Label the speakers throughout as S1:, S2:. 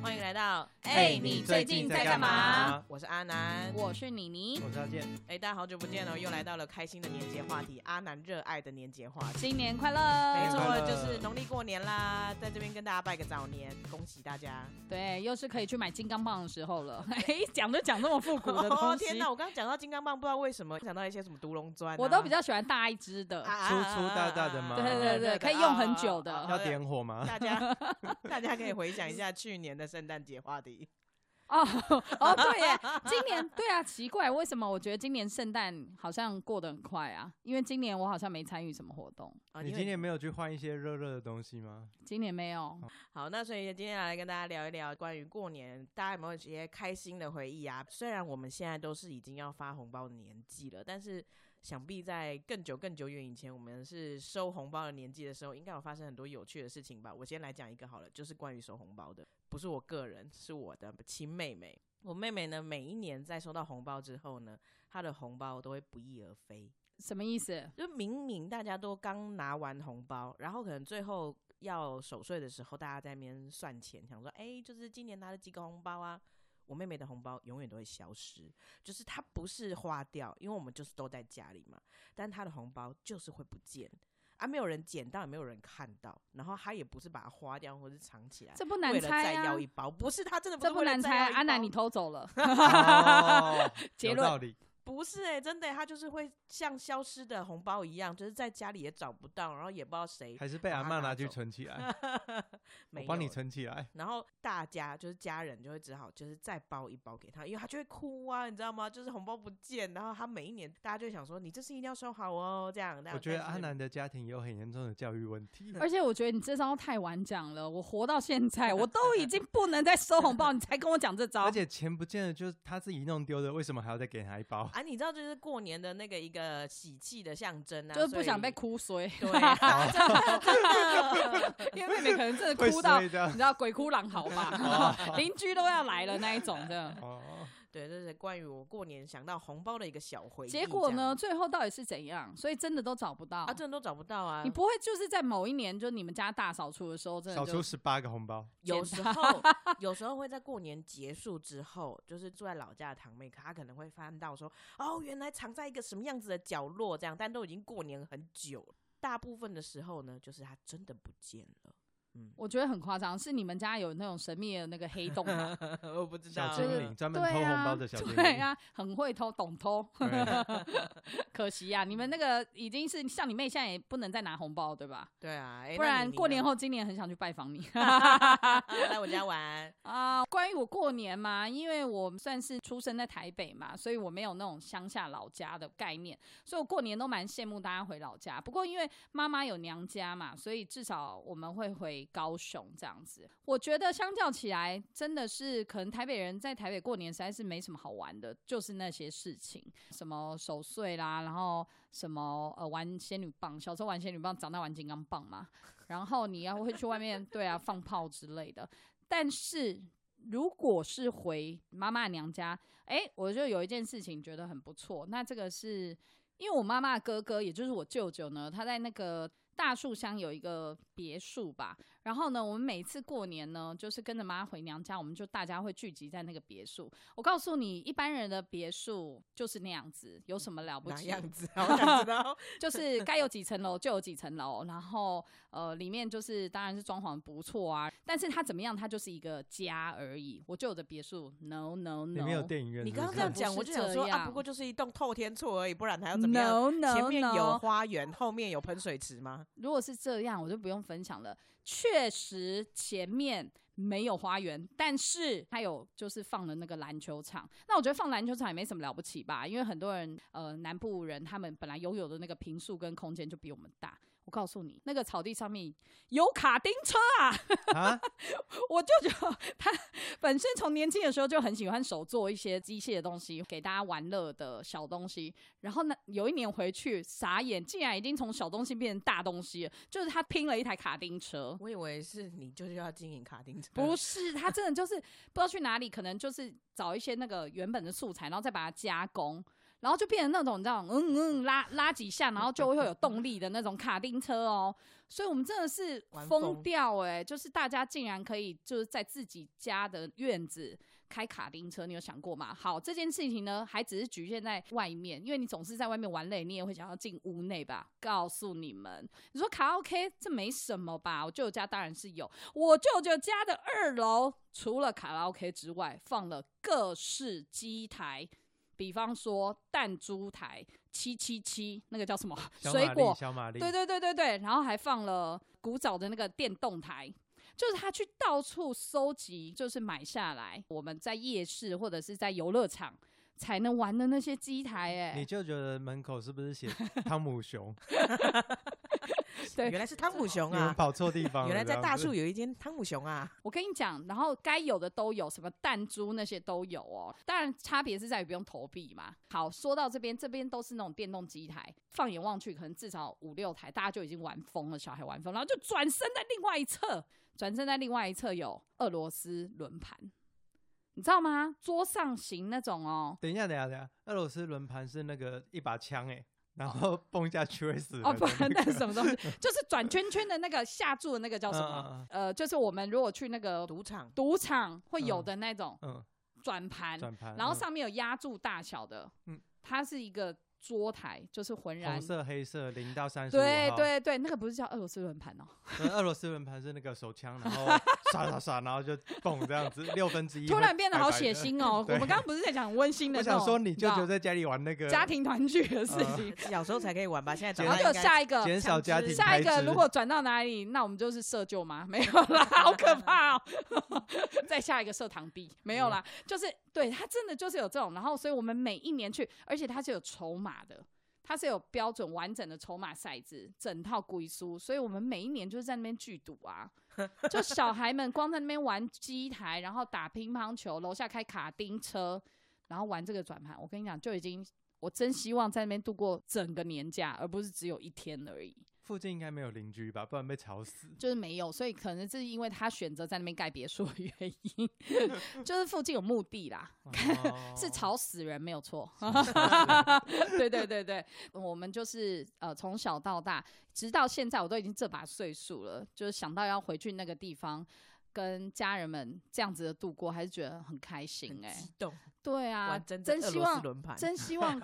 S1: 欢迎来到
S2: 哎你最近在干嘛？
S1: 我是阿南，
S2: 我是妮妮，
S3: 我是阿健，
S1: 哎，大家好久不见了，又来到了开心的年节话题，阿南热爱的年节话题。
S2: 新年快
S1: 没
S3: 年
S1: 错
S3: 快
S2: 乐！
S3: 乐，
S1: 就是农历过年啦，在这边跟大家拜个早年，恭喜大家！
S2: 对，又是可以去买金刚棒的时候了。 哎，讲都讲这么复古的
S1: 哦
S2: 东
S1: 天
S2: 西
S1: 哪，，我刚刚讲到金刚棒，不知道为什么想到一些什么独龙砖啊，
S2: 我都比较喜欢大一只的。
S1: 啊
S3: 粗粗大大的吗
S2: 对对对可以用很久的
S3: 要点火吗？
S1: 大家大家可以回想一下去年的圣诞节话题，
S2: 哦哦，对耶，今年对啊，奇怪，为什么我觉得今年圣诞好像过得很快啊？因为今年我好像没参与什么活动，
S1: 啊
S3: 你今年没有去换一些热热的东 西吗？
S2: 今年没有。
S1: 好，那所以今天来跟大家聊一聊关于过年，大家有没有一些开心的回忆啊？虽然我们现在都是已经要发红包的年纪了，但是想必在更久更久远以前，我们是收红包的年纪的时候，应该有发生很多有趣的事情吧？我先来讲一个好了，就是关于收红包的，不是我个人，是我的亲妹妹。我妹妹呢，每一年在收到红包之后呢，她的红包都会不翼而飞。
S2: 什么意思？
S1: 就明明大家都刚拿完红包，然后可能最后要守岁的时候，大家在那边算钱，想说，哎、就是今年拿了几个红包啊？我妹妹的红包永远都会消失，就是她不是花掉，因为我们就是都在家里嘛，但她的红包就是会不见啊，没有人捡到，也没有人看到，然后她也不是把它花掉或者藏 起来，
S2: 这不
S1: 为
S2: 难
S1: 了
S2: 猜
S1: 再
S2: 啊
S1: 要，一包，不是她真的不
S2: 这
S1: 是
S2: 不
S1: 为了
S2: 难
S1: 再
S2: 猜
S1: 要
S2: 啊。
S1: 一
S2: 安南，
S1: 包
S2: 你偷走了。
S3: 哦
S2: 结
S3: 有
S2: 论
S3: 道理，
S1: 不是哎、真的欸、她就是会像消失的红包一样，就是在家里也找不到，然后也不知道谁
S3: 还是被
S1: 把
S3: 阿
S1: 它
S3: 嬷
S1: 拿
S3: 拿去
S1: 走
S3: 存起 来，
S1: 没
S3: 我帮你
S1: 有了
S3: 存起来。
S1: 然后大家就是家人就会只好就是再包一包给他，因为他就会哭啊，你知道吗？就是红包不见，然后他每一年大家就会想说你这次一定要收好哦，这样。
S3: 我觉得
S1: 但
S3: 阿
S1: 是
S3: 南的家庭有很严重的教育问题，
S2: 而且我觉得你这招太晚讲了，我活到现在，我都已经不能再收红包，你才跟我讲这招
S3: 而。且钱不见了，就是他自己弄丢的，为什么还要再给他一 包？
S1: 啊，你知道这是过年的那个一个喜气的象征啊，
S2: 就是不
S1: 所以
S2: 想被。哭衰，
S1: 对，真的真的，
S2: 因为妹妹可能真的
S3: 会
S2: 哭到，
S3: 衰
S2: 你
S3: 的
S2: 知道鬼哭狼嚎吧，邻居都要来了那一种的。
S3: 哦，
S1: 对， 这是关于我过年想到红包的一个小回忆。
S2: 结果呢，？最后到底是怎样？所以真的都找不到
S1: 哦啊，。真的都找不到啊
S2: 你！不会就是在某一年，就你们家大扫除的时候，真
S3: 少
S2: 的
S3: 出
S2: 就
S3: 十八个红包，
S1: 有
S2: 捡
S1: 时
S2: 到
S1: 候，有时候会在过年结束之后，就是住在老家的堂妹，她可能会翻到说，哦，原来藏在一个什么样子的角落，这样，但都已经过年很久了。大部分的时候呢，就是它真的不见了。嗯，
S2: 我觉得很夸张，是你们家有那种神秘的那个黑洞吧？
S1: 我不知
S3: 小
S2: 就
S3: 精
S2: 是
S3: 灵专门偷
S2: 对
S3: 红包
S2: 啊，
S3: 的小精
S2: 对
S3: 灵。
S2: 啊，很会偷，懂偷。
S3: 对啊
S2: 可惜啊，你们那个已经是像你妹，现在也不能再拿红包，对吧？
S1: 对啊，
S2: 不然过年
S1: 后、
S2: 后，今年很想去拜访你
S1: 来我家 玩，
S2: 啊。关于我过年嘛，因为我算是出生在台北嘛，所以我没有那种乡下老家的概念，所以我过年都蛮羡慕大家回老家。不过因为妈妈有娘家嘛，所以至少我们会回高雄这样子。我觉得相较起来，真的是可能台北人在台北过年实在是没什么好玩的，就是那些事情，什么守岁啦，然后什么呃玩仙女棒，小时候玩仙女棒，长大玩金刚棒嘛。 然后你要会去外面对啊放炮之类的，但是。如果是回妈妈娘家，诶，我就有一件事情觉得很不错。那这个是因为我妈妈的哥哥，也就是我舅舅呢，他在那个大树乡有一个别墅吧。然后呢，我们每次过年呢，就是跟着妈回娘家，我们就大家会聚集在那个别墅。我告诉你，一般人的别墅就是那样子，有什么了不
S1: 哪
S2: 起？
S1: 样 子？好想知 道。
S2: 就是该有几层楼就有几层楼，然后呃，里面就是当然是装潢不错啊，但是它怎么样，它就是一个家而已。我就有的别墅，no no
S3: 里
S2: no，
S3: 面有电影院
S1: 你
S3: 是不是看，
S1: 刚刚这样讲，
S2: 不
S1: 我
S2: 是
S1: 就想
S2: 这
S1: 说啊，
S2: 样
S1: 不过就是一栋透天厝而已，不然还要怎么样
S2: no no no，
S1: 前面有花园，后面有喷水池吗？
S2: 如果是这样，我就不用分享了。确实前面没有花园，但是它有就是放了那个篮球场。那我觉得放篮球场也没什么了不起吧，因为很多人呃南部人他们本来拥有的那个平数跟空间就比我们大。我告诉你，那个草地上面有卡丁车啊！
S3: 啊，
S2: 我舅舅 他本身从年轻的时候就很喜欢手做一些机械的东西，给大家玩乐的小东西。然后呢，有一年回去傻眼，竟然已经从小东西变成大东西了，就是他拼了一台卡丁车。
S1: 我以为是你就是要经营卡丁车，
S2: 不是，他真的就是不知道去哪里，可能就是找一些那个原本的素材，然后再把它加工。然后就变成那种你知道，嗯嗯，拉拉几下，然后就会有动力的那种卡丁车哦。所以我们真的是
S1: 玩
S2: 疯
S1: 疯
S2: 掉哎、就是大家竟然可以就是在自己家的院子开卡丁车，你有想过吗？好，这件事情呢，还只是局限在外面，因为你总是在外面玩累，你也会想要进屋内吧？告诉你们，你说卡拉 OK 这没什么吧？我舅舅家当然是有，我舅舅家的二楼除了卡拉 OK 之外，放了各式机台。比方说弹珠台七七七，那个叫什么
S3: 小
S2: 水
S3: 玛
S2: 果
S3: 丽，小玛丽，
S2: 对对对对对，然后还放了古早的那个电动台。就是他去到处搜集，就是买下来，我们在夜市或者是在游乐场才能玩的那些机台、
S3: 你
S2: 哎，
S3: 就觉得门口是不是写汤姆熊？
S2: 对
S1: 原来是汤姆熊
S3: 你们
S1: 啊！
S3: 跑错地方了。
S1: 原来在
S3: 这样
S1: 大
S3: 子
S1: 树有一间汤姆熊啊！
S2: 我跟你讲，然后该有的都有，什么弹珠那些都有哦。当然，差别是在于不用投币嘛。好，说到这边，这边都是那种电动机台，放眼望去，可能至少五六台，大家就已经玩疯了，小孩玩疯，然后就转身在另外一侧，转身在另外一侧有俄罗斯轮盘，你知道吗？桌上型那种哦。
S3: 等一下，等一下，等一下，俄罗斯轮盘是那个一把枪哎、然后蹦下去会死
S2: 哦，
S3: 人
S2: 不
S3: 的
S2: 然那
S3: 个
S2: 是什么东西？就是转圈圈的那个下注的那个叫什么？
S3: 嗯嗯
S2: 呃，就是我们如果去那个
S1: 赌 场
S2: 赌场会有
S3: 嗯
S2: 的那种
S3: 嗯，
S2: 转盘，
S3: 转盘，
S2: 然后
S3: 嗯
S2: 上面有压住大小的，嗯
S3: 嗯，
S2: 它是一个桌台，就是浑然
S3: 红。色、黑色，零到三十五
S2: 对
S3: 号。
S2: 对对，那个不是叫俄罗斯轮盘哦，
S3: 嗯，俄罗斯轮盘是那个手 枪，然后刷刷刷，然后就蹦这样子，六分之一。
S2: 突然变得好血。 腥哦。我
S3: 对
S2: 们刚刚不是在讲很温馨的
S3: 我
S2: 那种，
S3: 想说，你舅
S2: 知
S3: 舅
S2: 道
S3: 在家里玩那个
S2: 家，庭团聚的事
S3: 啊
S2: 情。
S1: 小时候才可以玩吧？现在
S2: 然
S1: 长大
S2: 后就
S1: 应该
S2: 下一个，
S3: 减少家庭
S2: 下一
S3: 开
S2: 个
S3: 支
S2: 如果转到哪里，那我们就是社旧吗？没有啦，好可怕哦！再下一个社堂弟，没有啦， 就是对他真的就是有这种，然后所以我们每一年去，而且它是有筹码的。它是有标准完整的筹码赛制，整套归书，所以我们每一年就是在那边聚赌啊，就小孩们光在那边玩机台，然后打乒乓球，楼下开卡丁车，然后玩这个转盘。我跟你讲，就已经我真希望在那边度过整个年假，而不是只有一天而已。
S3: 附近应该没有邻居吧，不然被 吵死。
S2: 就是没有，所以可能是因为他选择在那边盖别墅的原 因，就是附近有墓地啦，是
S3: 哦
S2: 吵死人没有错。 对对对对，我们就是呃从小到大，直到现在我都已经这把岁数了，就是想到要回去那个地方。跟家人们这样子的度过，还是觉得很开心哎、
S1: 激动，
S2: 对啊，
S1: 玩
S2: 真
S1: 真正俄
S2: 希
S1: 罗斯
S2: 望
S1: 轮盘，
S2: 真希 望，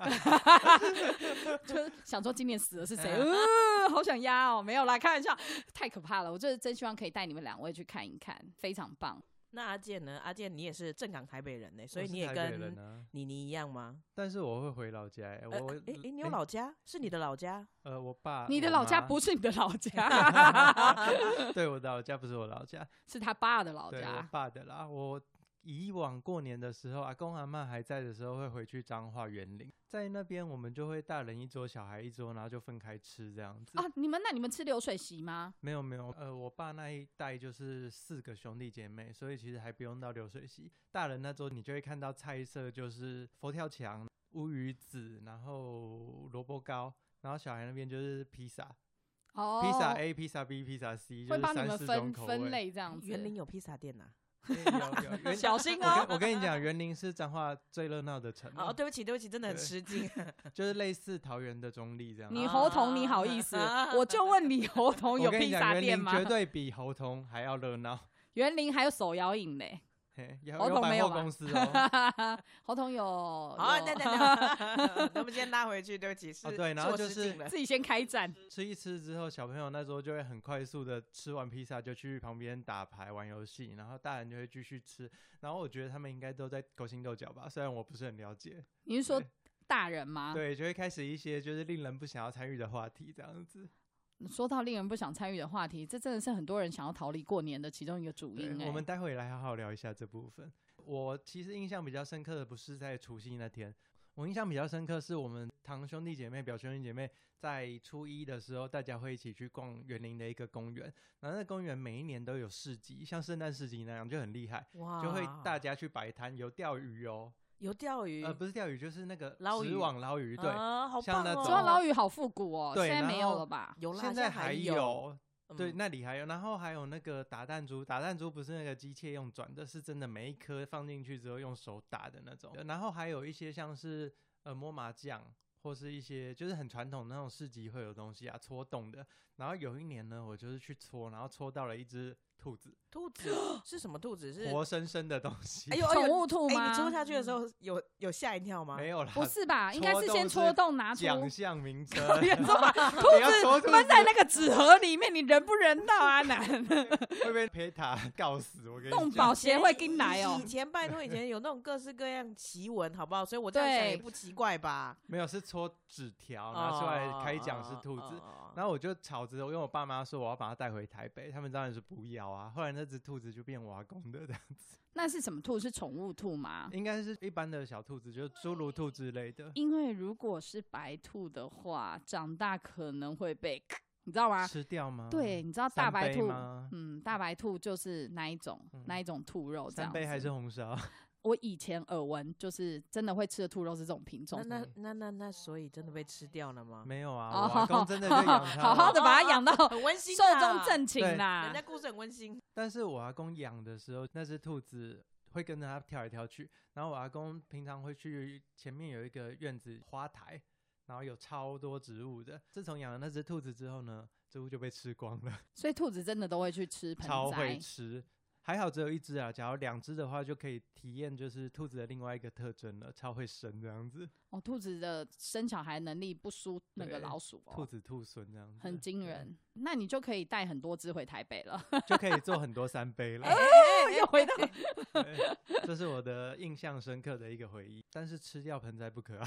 S2: 就是想说今年死的是谁？嗯、 好想压哦，没有啦，开玩笑，太可怕了。我就是真希望可以带你们两位去看一看，非常棒。
S1: 那阿健呢？阿健，你也是正港台北人呢、所
S3: 我
S1: 以
S3: 是
S1: 你也
S3: 台北人
S1: 跟
S3: 啊，
S1: 妮妮一样吗？
S3: 但是我会回老家、欸。
S1: 呃
S3: 我
S1: 诶诶，你有
S3: 诶
S1: 老家？是你的老家？
S3: 呃，我爸，
S2: 你的
S3: 我
S2: 老家
S3: 妈
S2: 不是你的老 家，
S3: 对，我的老家不是我老家，
S2: 是他爸的老
S3: 对我
S2: 家。
S3: 爸的啦。我以往过年的时候，阿公阿妈还在的时候，会回去彰化园林，在那边我们就会大人一桌，小孩一桌，然后就分开吃这样子。
S2: 啊，你们那你们吃流水席吗？
S3: 没有没有，呃，我爸那一代就是四个兄弟姐妹，所以其实还不用到流水席。大人那桌你就会看到菜色就是佛跳墙、乌鱼子，然后萝卜糕。然后小孩那边就是披萨，
S2: 哦，
S3: 披萨 A、披萨 B、披萨 C，就
S2: 会
S3: 是
S2: 帮你
S3: 三
S2: 们
S3: 四
S2: 分
S3: 种口味。
S2: 分类这样
S1: 园林
S2: 子。
S1: 有披萨 店呐、啊
S3: 对有有园
S2: 小心
S3: 我
S2: 哦！
S3: 跟我跟你讲，园林是彰化最热闹的城
S1: 哦，
S3: 啊，
S1: 对不起，对不起，真的很
S3: 对
S1: 吃惊。
S3: 就是类似桃园的中立这样。
S2: 你
S3: 啊
S2: 侯彤，你好意思？我就问你侯彤有
S3: 我跟
S2: 披
S3: 你讲，
S2: 萨
S3: 园
S2: 店
S3: 林
S2: 吗？
S3: 绝对比侯同还要热闹。
S2: 园林还有手摇饮 嘞。
S3: 嘿有
S2: 侯同
S3: 有
S2: 没
S3: 百
S2: 有
S3: 货
S2: 吧
S3: 公司 哦，
S2: 侯彤有，
S1: 好，
S2: 有
S1: 等等等， 我们先拉回哦去，对不起，是
S3: 哦对然后
S1: 做
S3: 就
S1: 失
S3: 是
S1: 敬了
S2: 自己先开战。
S3: 吃一吃之后，小朋友那时候就会很快速的吃完披萨就去旁边打牌玩游戏，然后大人就会继续吃。然后我觉得他们应该都在勾心斗角吧，虽然我不是很了解。
S2: 你是说
S3: 对
S2: 大人吗？，
S3: 对，就会开始一些就是令人不想要参与的话题这样子。
S2: 说到令人不想参与的话题，这真的是很多人想要逃离过年的其中一个主
S3: 对
S2: 因、欸。
S3: 我们待会来好好聊一下这部分。我其实印象比较深刻的不是在除夕那天，我印象比较深刻是我们堂兄弟姐妹、表兄弟姐妹在初一的时候，大家会一起去逛园林的一个公园，然后那公园每一年都有市集，像圣诞市集那样就很厉害，
S1: 哇
S3: 就会大家去摆摊，有钓鱼哦，
S1: 有钓啊鱼，
S3: 呃，不是钓鱼，就是那个
S1: 捞鱼
S3: 渔网捞鱼，对。
S1: 啊，好棒
S3: 像那
S1: 哦！
S3: 种
S2: 主要老宇好复古哦，
S3: 对
S2: 现在
S3: 然
S2: 没有
S3: 后
S2: 了吧？
S1: 有啦，
S3: 现在
S1: 在
S3: 还
S1: 有，
S3: 有，对，
S1: 嗯
S3: 那里还有，然后还有那个打弹珠，打弹珠不是那个机械用转的，是真的每一颗放进去之后用手打的那种。然后还有一些像是呃摸麻将，或是一些就是很传统那种市集会有东西啊，搓动的。然后有一年呢，我就是去搓，然后搓到了一只兔子，
S1: 兔子 是什么兔子？是
S3: 活生生的东西。
S1: 哎呦哎呦
S2: 宠物兔
S1: 哎、
S2: 吗？嗯
S1: 你戳下去的时候有有吓一跳吗？
S3: 没有啦，
S2: 不是吧？应该是先
S3: 戳
S2: 戳
S3: 洞
S2: 洞拿出，
S3: 奖项名称。
S2: 我跟你 说吧
S3: 你要戳
S2: 兔子
S3: 兔子
S2: 闷在那个纸盒里面，你人不人道啊， 男？
S3: 会被陪塔告死，我跟
S2: 动
S3: 你讲。
S2: 保协会跟来哦
S3: 哎
S1: 以。前拜托，以前有那种各式各样奇闻，好不好？所以我这样想也
S2: 对
S1: 不奇怪吧。
S3: 没有是戳纸条拿出
S2: 哦
S3: 来开奖是兔子，
S1: 哦，
S3: 然后我就吵着，因为我爸妈说我要把它带回台北，他们当然是不要啊。后来那只兔子就变我阿公的，
S2: 那是什么兔？是宠物兔吗？
S3: 应该是一般的小兔子，就是侏儒兔之类的。
S2: 哦因为如果是白兔的话，长大可能会被， 你知道吗？
S3: 吃掉吗？
S2: 对，，你知道大
S3: 三
S2: 白
S3: 杯
S2: 兔，
S3: 吗？
S2: 嗯，大白兔就是那一种、
S3: 嗯
S2: 那一种兔肉这
S3: 三
S2: 样
S3: 杯还
S2: 子。
S3: 是红烧？
S2: 我以前耳闻，就是真的会吃的兔肉是这种品种
S1: 那。那那那那，所以真的被吃掉了吗？
S3: 没有啊，我阿公真的就
S2: 好 哦
S3: 养
S2: 好
S3: 它
S2: 好
S3: 了。
S2: 的把它养到
S1: 很温馨
S2: 寿
S1: 啊，
S2: 终正寝
S3: 对
S2: 啦
S1: 人家。故事很温馨。
S3: 但是我阿公养的时候，那只兔子会跟着它跳来跳去。然后我阿公平常会去前面有一个院子花台，然后有超多植物的。自从养了那只兔子之后呢，植物就被吃光了。
S2: 所以兔子真的都会去吃盆
S3: 超会
S2: 栽。
S3: 吃。还好只有一只啊，假如两只的话，就可以体验就是兔子的另外一个特征了，超会生这样子，
S2: 哦，兔子的生小孩能力不输那个
S3: 对
S2: 老鼠哦，
S3: 兔子兔孙这样子，
S2: 很惊
S3: 对，
S2: 人。那你就可以带很多只回台北了。
S3: 就可以做很多三杯了。
S2: 又回到
S3: 对这是我的印象深刻的一个回忆。但是吃掉盆栽不可爱，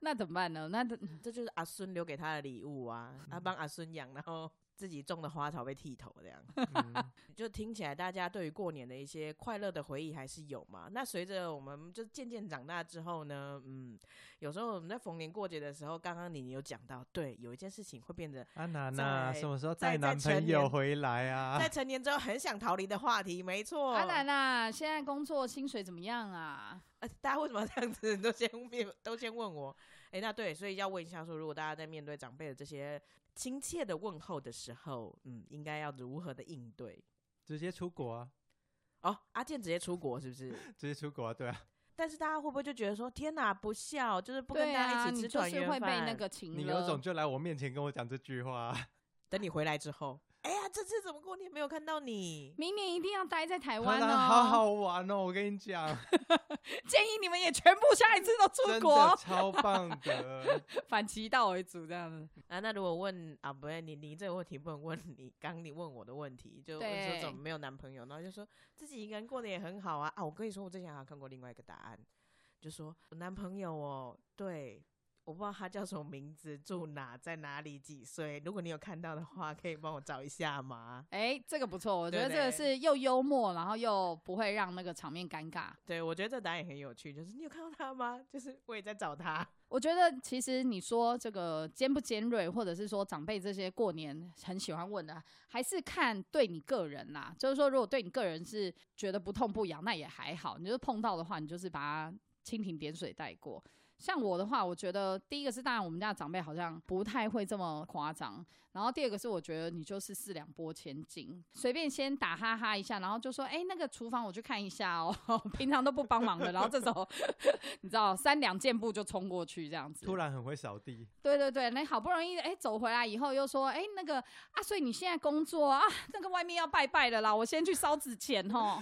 S2: 那怎么办呢？那
S1: 这就是阿孙留给他的礼物啊，
S3: 嗯
S1: 他帮阿孙养，然后自己种的花草被剃头这样。
S3: 嗯、
S1: 就听起来大家对于过年的一些快乐的回忆还是有嘛。那随着我们就渐渐长大之后呢，嗯，有时候我们在逢年过节的时候，刚刚你你有讲到，对，有一件事情会变得
S3: 阿啊娜娜
S1: 在
S3: 什么时候
S1: 在
S3: 带
S1: 在
S3: 男
S1: 成
S3: 朋友
S1: 年
S3: 回来啊
S1: 在？成年之后很想逃离的话题，没错。
S2: 阿南啊，现在工作薪水怎么样啊？
S1: 呃大家为什么这样子都先问都先问我？哎、那对，所以要问一下说，如果大家在面对长辈的这些亲切的问候的时候，嗯，应该要如何的应对？
S3: 直接出国啊，
S1: 哦，阿健直接出国是不是？
S3: 直接出国啊，对啊，
S1: 但是大家会不会就觉得说，天哪，不孝，就是不跟
S2: 对
S1: 大
S2: 啊，
S1: 家一起
S2: 你
S1: 吃
S2: 就
S1: 团
S2: 是
S1: 圆
S2: 会
S1: 饭？
S2: 被那个情
S3: 你有
S2: 了
S3: 种。就来我面前跟我讲这句话、啊，
S1: 等你回来之 后，哎呀，这次怎么过年没有看到你？
S2: 明年一定要待在台
S3: 当
S2: 湾哦！
S3: 然好好玩哦，我跟你讲，
S2: 建议你们也全部下一次都
S3: 真
S2: 出
S3: 的
S2: 国，
S3: 超棒的，
S2: 反其道而卒这样子。
S1: 啊，那如果问啊，不是你，你这个问题不能问你， 刚你问我的问题，就问说
S2: 对
S1: 怎么没有男朋友，然后就说自己一个人过得也很好啊啊！我跟你说，我之前还有看过另外一个答案，就说我男朋友哦，对，我不知道他叫什么名字，住哪，在哪里，几岁，如果你有看到的话，可以帮我找一下吗？
S2: 哎，这个不错，我觉得
S1: 对
S2: 这个
S1: 对
S2: 是又幽默，然后又不会让那个场面尴尬。
S1: 对，我觉得这答案也很有趣，就是你有看到他吗？就是我也在找他，
S2: 我觉得其实你说这个尖不尖锐，或者是说长辈这些过年很喜欢问的，还是看对你个人啦。就是说，如果对你个人是觉得不痛不痒，那也还好。你就是碰到的话，你就是把它蜻蜓点水带过。像我的话，我觉得第一个是，当然我们家的长辈好像不太会这么夸张。然后第二个是，我觉得你就是四两拨千斤，随便先打哈哈一下，然后就说：“哎、那个厨房我去看一下哦， 平常都不帮忙的。”然后这时候 你知道三两箭步就冲过去这样子。
S3: 突然很会扫地。
S2: 对对对，那好不容易哎走回来以后又说哎那个啊，所以你现在工作啊，那个外面要拜拜了啦，我先去烧纸钱哦。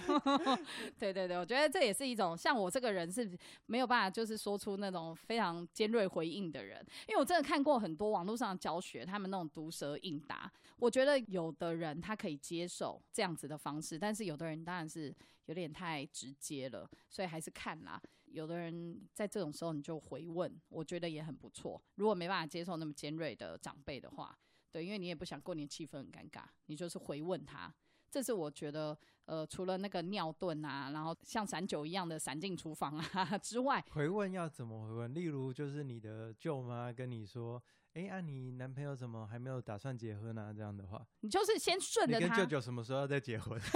S2: 对对对，我觉得这也是一种像我这个人是没有办法就是说出那种非常尖锐回应的人，因为我真的看过很多网络上的教学，他们那种毒舌应答，我觉得有的人他可以接受这样子的方式，但是有的人当然是有点太直接了，所以还是看啦。有的人在这种时候你就回问，我觉得也很不错。如果没办法接受那么尖锐的长辈的话，对，因为你也不想过年气氛很尴尬，你就是回问他。这是我觉得，呃，除了那个尿遁啊，然后像散酒一样的闪进厨房啊 之外，
S3: 回问要怎么回问？例如，就是你的舅妈跟你说：“哎、啊，你男朋友怎么还没有打算结婚啊？”这样的话，
S2: 你就是先顺
S3: 你
S2: 着
S3: 跟
S2: 他，
S3: 舅舅什么时候要再结 婚？是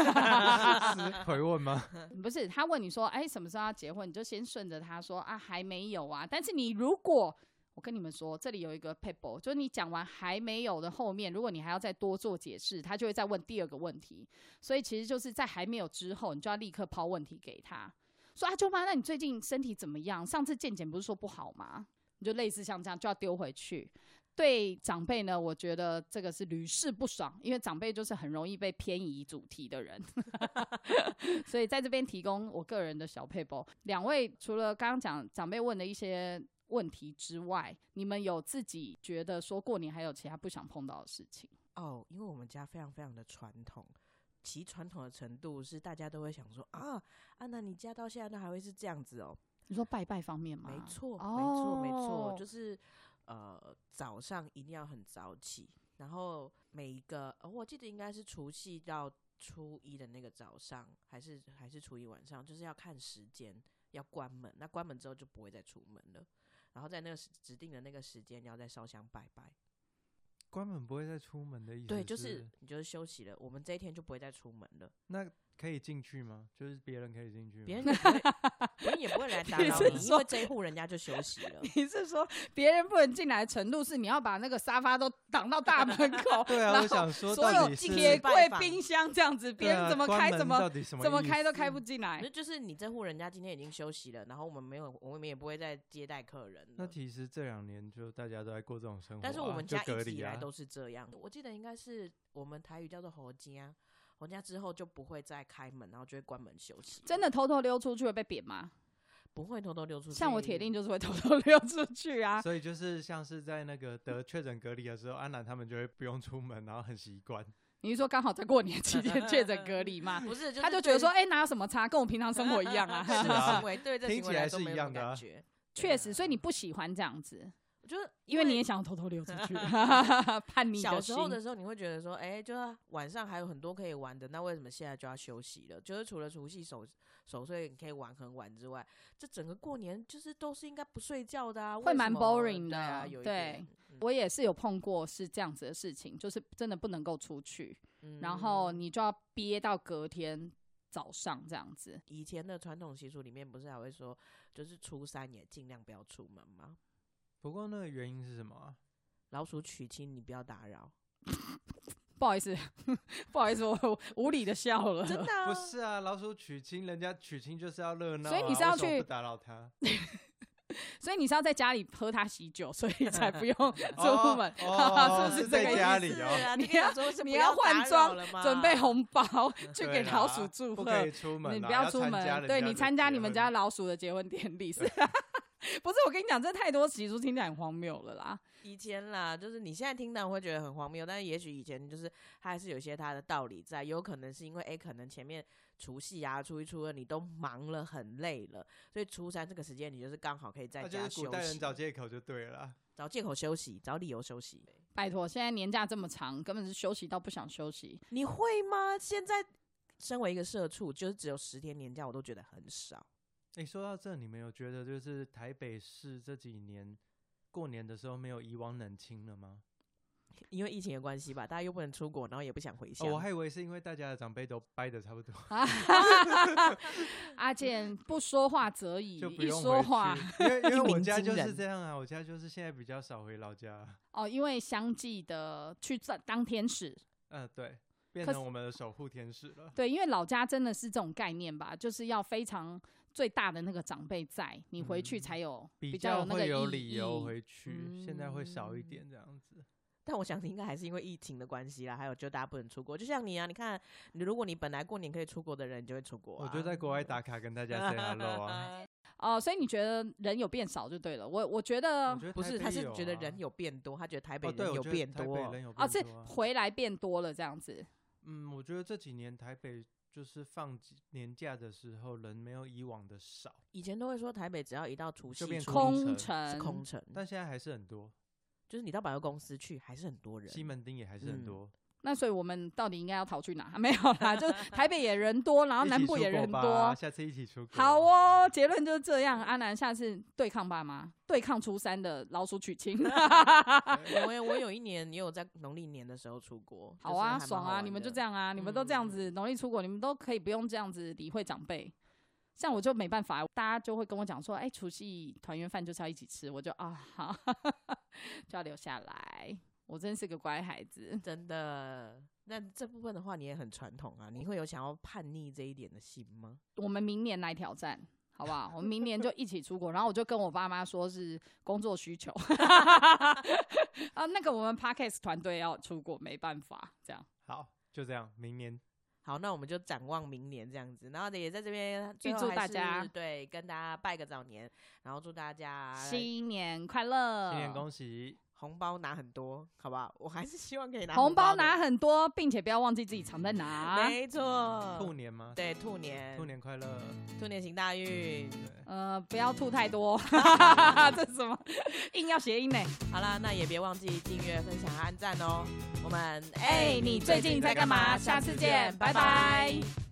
S3: 回问吗？
S2: 不是他问你说，哎，什么时候要结婚？你就先顺着他说啊，还没有啊。但是你如果我跟你们说，这里有一个 paper，就是你讲完还没有的后面，如果你还要再多做解释，他就会再问第二个问题。所以其实就是在还没有之后，你就要立刻抛问题给他。说啊，舅妈，那你最近身体怎么样？上次健检不是说不好吗？你就类似像这样就要丢回去。对长辈呢，我觉得这个是屡试不爽，因为长辈就是很容易被偏移主题的人，所以在这边提供我个人的小配包。两位除了刚刚讲长辈问的一些问题之外，你们有自己觉得说过年还有其他不想碰到的事情？
S1: 哦，因为我们家非常非常的传统，其传统的程度是大家都会想说啊，安娜，你家到现在都还会是这样子哦？
S2: 你说拜拜方面吗？
S1: 没错，没错，没
S3: 哦
S1: 错，就是是呃，早上一定要很早起，然后每一个、呃我记得应该是除夕到初一的那个早上，还是还是初一晚上，就是要看时间，要关门。那关门之后就不会再出门了。然后在那个时指定的那个时间，你要再烧香拜拜。
S3: 关门不会再出门的意思。
S1: 对，就是你就是休息了，我们这一天就不会再出门了。
S3: 那可以进去吗？就是别人可以进去吗？，
S1: 别人也不会，别人也不会来打
S2: 啊 你
S1: 扰
S2: 是
S1: 你，因
S2: 说
S1: 为这一户人家就休息了。
S2: 你是说别人不能进来的程度是你要把那个沙发都挡到大门口
S3: 对啊，
S2: 然
S3: 我
S2: 后
S3: 想说
S2: 所
S3: 到
S2: 有
S3: 底是
S2: 铁柜
S1: 拜、访
S2: 冰箱这样子，别
S3: 对啊
S2: 人怎么
S3: 关
S2: 开
S3: 门
S2: 怎么
S3: 到底什么
S2: 怎么
S3: 意
S2: 开都
S3: 思
S2: 开不进来
S1: 那。就是你这户人家今天已经休息了，然后我们没有，我们也不会再接待客人
S3: 那
S1: 了。
S3: 其实这两年就大家都在过这种生活啊、
S1: 但是我们
S3: 就
S1: 家
S3: 隔
S1: 一直以
S3: 离啊
S1: 来都是这样，我记得应该是我们台语叫做“侯家”，侯家之后就不会再开门，然后就会关门休息。
S2: 真的偷偷溜出去会被扁吗？
S1: 不会偷偷溜出去。
S2: 像我铁定就是会偷偷溜出去啊。
S3: 所以就是像是在那个得确诊隔离的时候，安南他们就会不用出门，然后很习惯。
S2: 你是说刚好在过年期间确诊隔 离吗？
S1: 不是，
S2: 他就觉得说，哎、哪有什么差，跟我平常生活一 样啊。
S1: 对这个
S3: 啊
S1: 行为对这
S3: 听
S1: 行为
S3: 起来
S1: 来说
S3: 是
S1: 没
S3: 一
S1: 有
S3: 样的啊
S1: 感觉。 啊
S2: 确实，所以你不喜欢这样子，
S1: 我觉得，
S2: 因为你也想偷偷溜出 去，叛逆
S1: 小
S2: 的
S1: 时
S2: 心。
S1: 候的时候，你会觉得说，哎、就是晚上还有很多可以玩的，那为什么现在就要休息了？就是除了除夕守守岁你可以玩很晚之外，这整个过年就是都是应该不睡觉的啊，
S2: 会
S1: 为什
S2: 蛮
S1: 么
S2: boring
S1: 对啊，
S2: 的
S1: 有一
S2: 对
S1: 点。
S2: 我也是有碰过是这样子的事情，就是真的不能够出去，
S1: 嗯
S2: 然后你就要憋到隔天早上这样子。
S1: 以前的传统习俗里面不是还会说，就是初三也尽量不要出门吗？
S3: 不过那个原因是什么啊、
S1: 老鼠娶亲你不要打 扰，
S2: 不好意思， 不好意思，我无理的笑了。
S1: 真的、啊、
S3: 不是啊，老鼠娶亲，人家娶亲就是要热闹啊、
S2: 所以你是要
S3: 为什么
S2: 去
S3: 不打 扰他，
S2: 所以你是要在家里喝他喜酒，所以才不用 出
S3: 哦
S2: 门，
S3: 哦
S2: 是不
S3: 是
S2: 这
S3: 在
S2: 个意
S3: 家
S2: 思
S3: 里
S1: 是
S3: 哦
S1: 啊，
S2: 你
S1: 你跟
S2: 要
S1: 他说是
S2: 你
S1: 不打
S2: 要换
S1: 扰
S2: 装
S1: 了吗
S2: 准备红包去
S3: 对
S2: 给
S3: 啦
S2: 老鼠祝
S3: 不
S2: 贺。
S3: 可以出门、啊，
S2: 你不要出
S3: 参加
S2: 门，
S3: 人
S2: 对
S3: 家
S2: 你
S3: 的
S2: 参加
S3: 结
S2: 你们
S3: 婚
S2: 家老鼠的结婚典礼是。 不是我跟你讲，这太多习俗听起来很荒谬了啦。
S1: 以前啦，就是你现在听到会觉得很荒谬，但是也许以前就是它还是有一些它的道理在，有可能是因为诶，可能前面除夕啊、初一、初二你都忙了，很累了，所以初三这个时间你就是刚好可以在
S3: 那就
S1: 家
S3: 是
S1: 休
S3: 古代人
S1: 息，
S3: 找借口就对了啊。
S1: 找借口休息，找理由休息。
S2: 拜托，现在年假这么长，根本是休息到不想休息。
S1: 你会吗？现在身为一个社畜，就是只有十天年假，我都觉得很少。
S3: 诶，说到这，你们有觉得就是台北市这几年过年的时候没有以往冷清了吗？
S1: 因为疫情的关系吧，大家又不能出国，然后也不想回乡。
S3: 哦，我还以为是因为大家的长辈都掰的差不多，
S2: 阿健不说话则已，
S3: 就不
S2: 一
S3: 用
S2: 说
S3: 回
S2: 话
S3: 去，因为因为
S1: 一
S3: 我
S1: 鸣
S3: 家
S1: 惊
S3: 就是
S1: 人
S3: 这样啊，我家就是现在比较少回老家，
S2: 哦，因为相继的去当当天使，
S3: 嗯、对，变
S2: 可
S3: 成我们的守护天使了。
S2: 对，因为老家真的是这种概念吧，就是要非常最大的那个长辈在，你回去
S3: 嗯
S2: 才有、
S3: 比
S2: 比较
S3: 较
S2: 那个
S3: 会有
S2: 意
S3: 理由
S2: 义
S3: 回去，现在会少一点这样子。
S1: 但我想应该还是因为疫情的关系啦，还有就大家不能出国。就像你啊，你看，你如果你本来过年可以出国的人，你就会出国、
S3: 我
S1: 啊。
S3: 就在国外打卡跟大家 say hello 啊。
S2: 哦，所以你觉得人有变少就对了。我我觉得
S3: 我觉 得
S1: 不
S3: 台
S1: 是，
S3: 北
S1: 他是
S3: 有
S1: 觉得
S3: 啊
S1: 人有变多，他觉得台北
S3: 哦，对，
S1: 人
S3: 我
S1: 有
S3: 觉得
S1: 变
S3: 台北
S1: 多。
S3: 人有
S2: 哦
S3: 变
S2: 是
S3: 多啊
S2: 回来变多了这样子。
S3: 嗯，我觉得这几年台北就是放几年假的时候，人没有以往的少，
S1: 以前都会说台北只要一到除夕
S3: 就变
S1: 初一
S3: 空
S2: 空
S3: 城
S1: 是
S2: 城，
S1: 空城，
S3: 但现在还是很多，
S1: 就是你到百货公司去还是很多人。
S3: 西门町也还是很
S1: 嗯
S3: 多。
S2: 那所以我们到底应该要逃去哪？ 没有啦， 就是台北也人多，然后
S3: 一
S2: 南
S3: 起
S2: 部
S3: 出
S2: 也
S3: 国
S2: 人
S3: 吧
S2: 多。
S3: 下次一起出国。
S2: 好，哦，结论就是这样。阿南，下次对抗爸妈，对抗初三的老鼠娶 亲。
S1: 我有我有一年也有在农历年的时候出国，
S2: 好啊，爽啊！
S1: 啊！
S2: 你们就这
S1: 样。
S2: 样啊，你们都这样
S3: 嗯
S2: 子，农历出国，你们都可以不用这样子理会长辈。像我就没办法，大家就会跟我讲说，哎、除夕团圆饭就是要一起吃，我就啊好， 就要留下来。我真是个乖孩子，
S1: 真的。那这部分的话，你也很传统啊，你会有想要叛逆这一点的心吗？
S2: 我们明年来挑战。好不好？我们明年就一起出国，然后我就跟我爸妈说是工作需 求，啊，那个我们 podcast 团队要出国，没办法，这样
S3: 好，就这样，明年
S1: 好，那我们就展望明年这样子，然后也在这边最
S2: 预
S1: 后
S2: 祝
S1: 还
S2: 大
S1: 是
S2: 家
S1: 对跟大家拜个早年，然后祝大家
S2: 新年快乐，
S3: 新年恭喜，
S1: 红包拿很多，好不好？我还是希望可以拿
S2: 红包
S1: 包
S2: 拿啊
S1: 的，
S2: 很多，并且不要忘记自己藏在 哪。
S1: 没错，
S3: 兔年吗？
S1: 对兔年，
S3: 兔年快乐，
S1: 兔年行大运。
S3: 对，
S2: 呃，不要吐太 多， 这是什么？硬要谐音呢？
S1: 好啦，那也别忘记订阅、分享、按赞哦。我们
S2: 哎哎你最近在干嘛下次见拜拜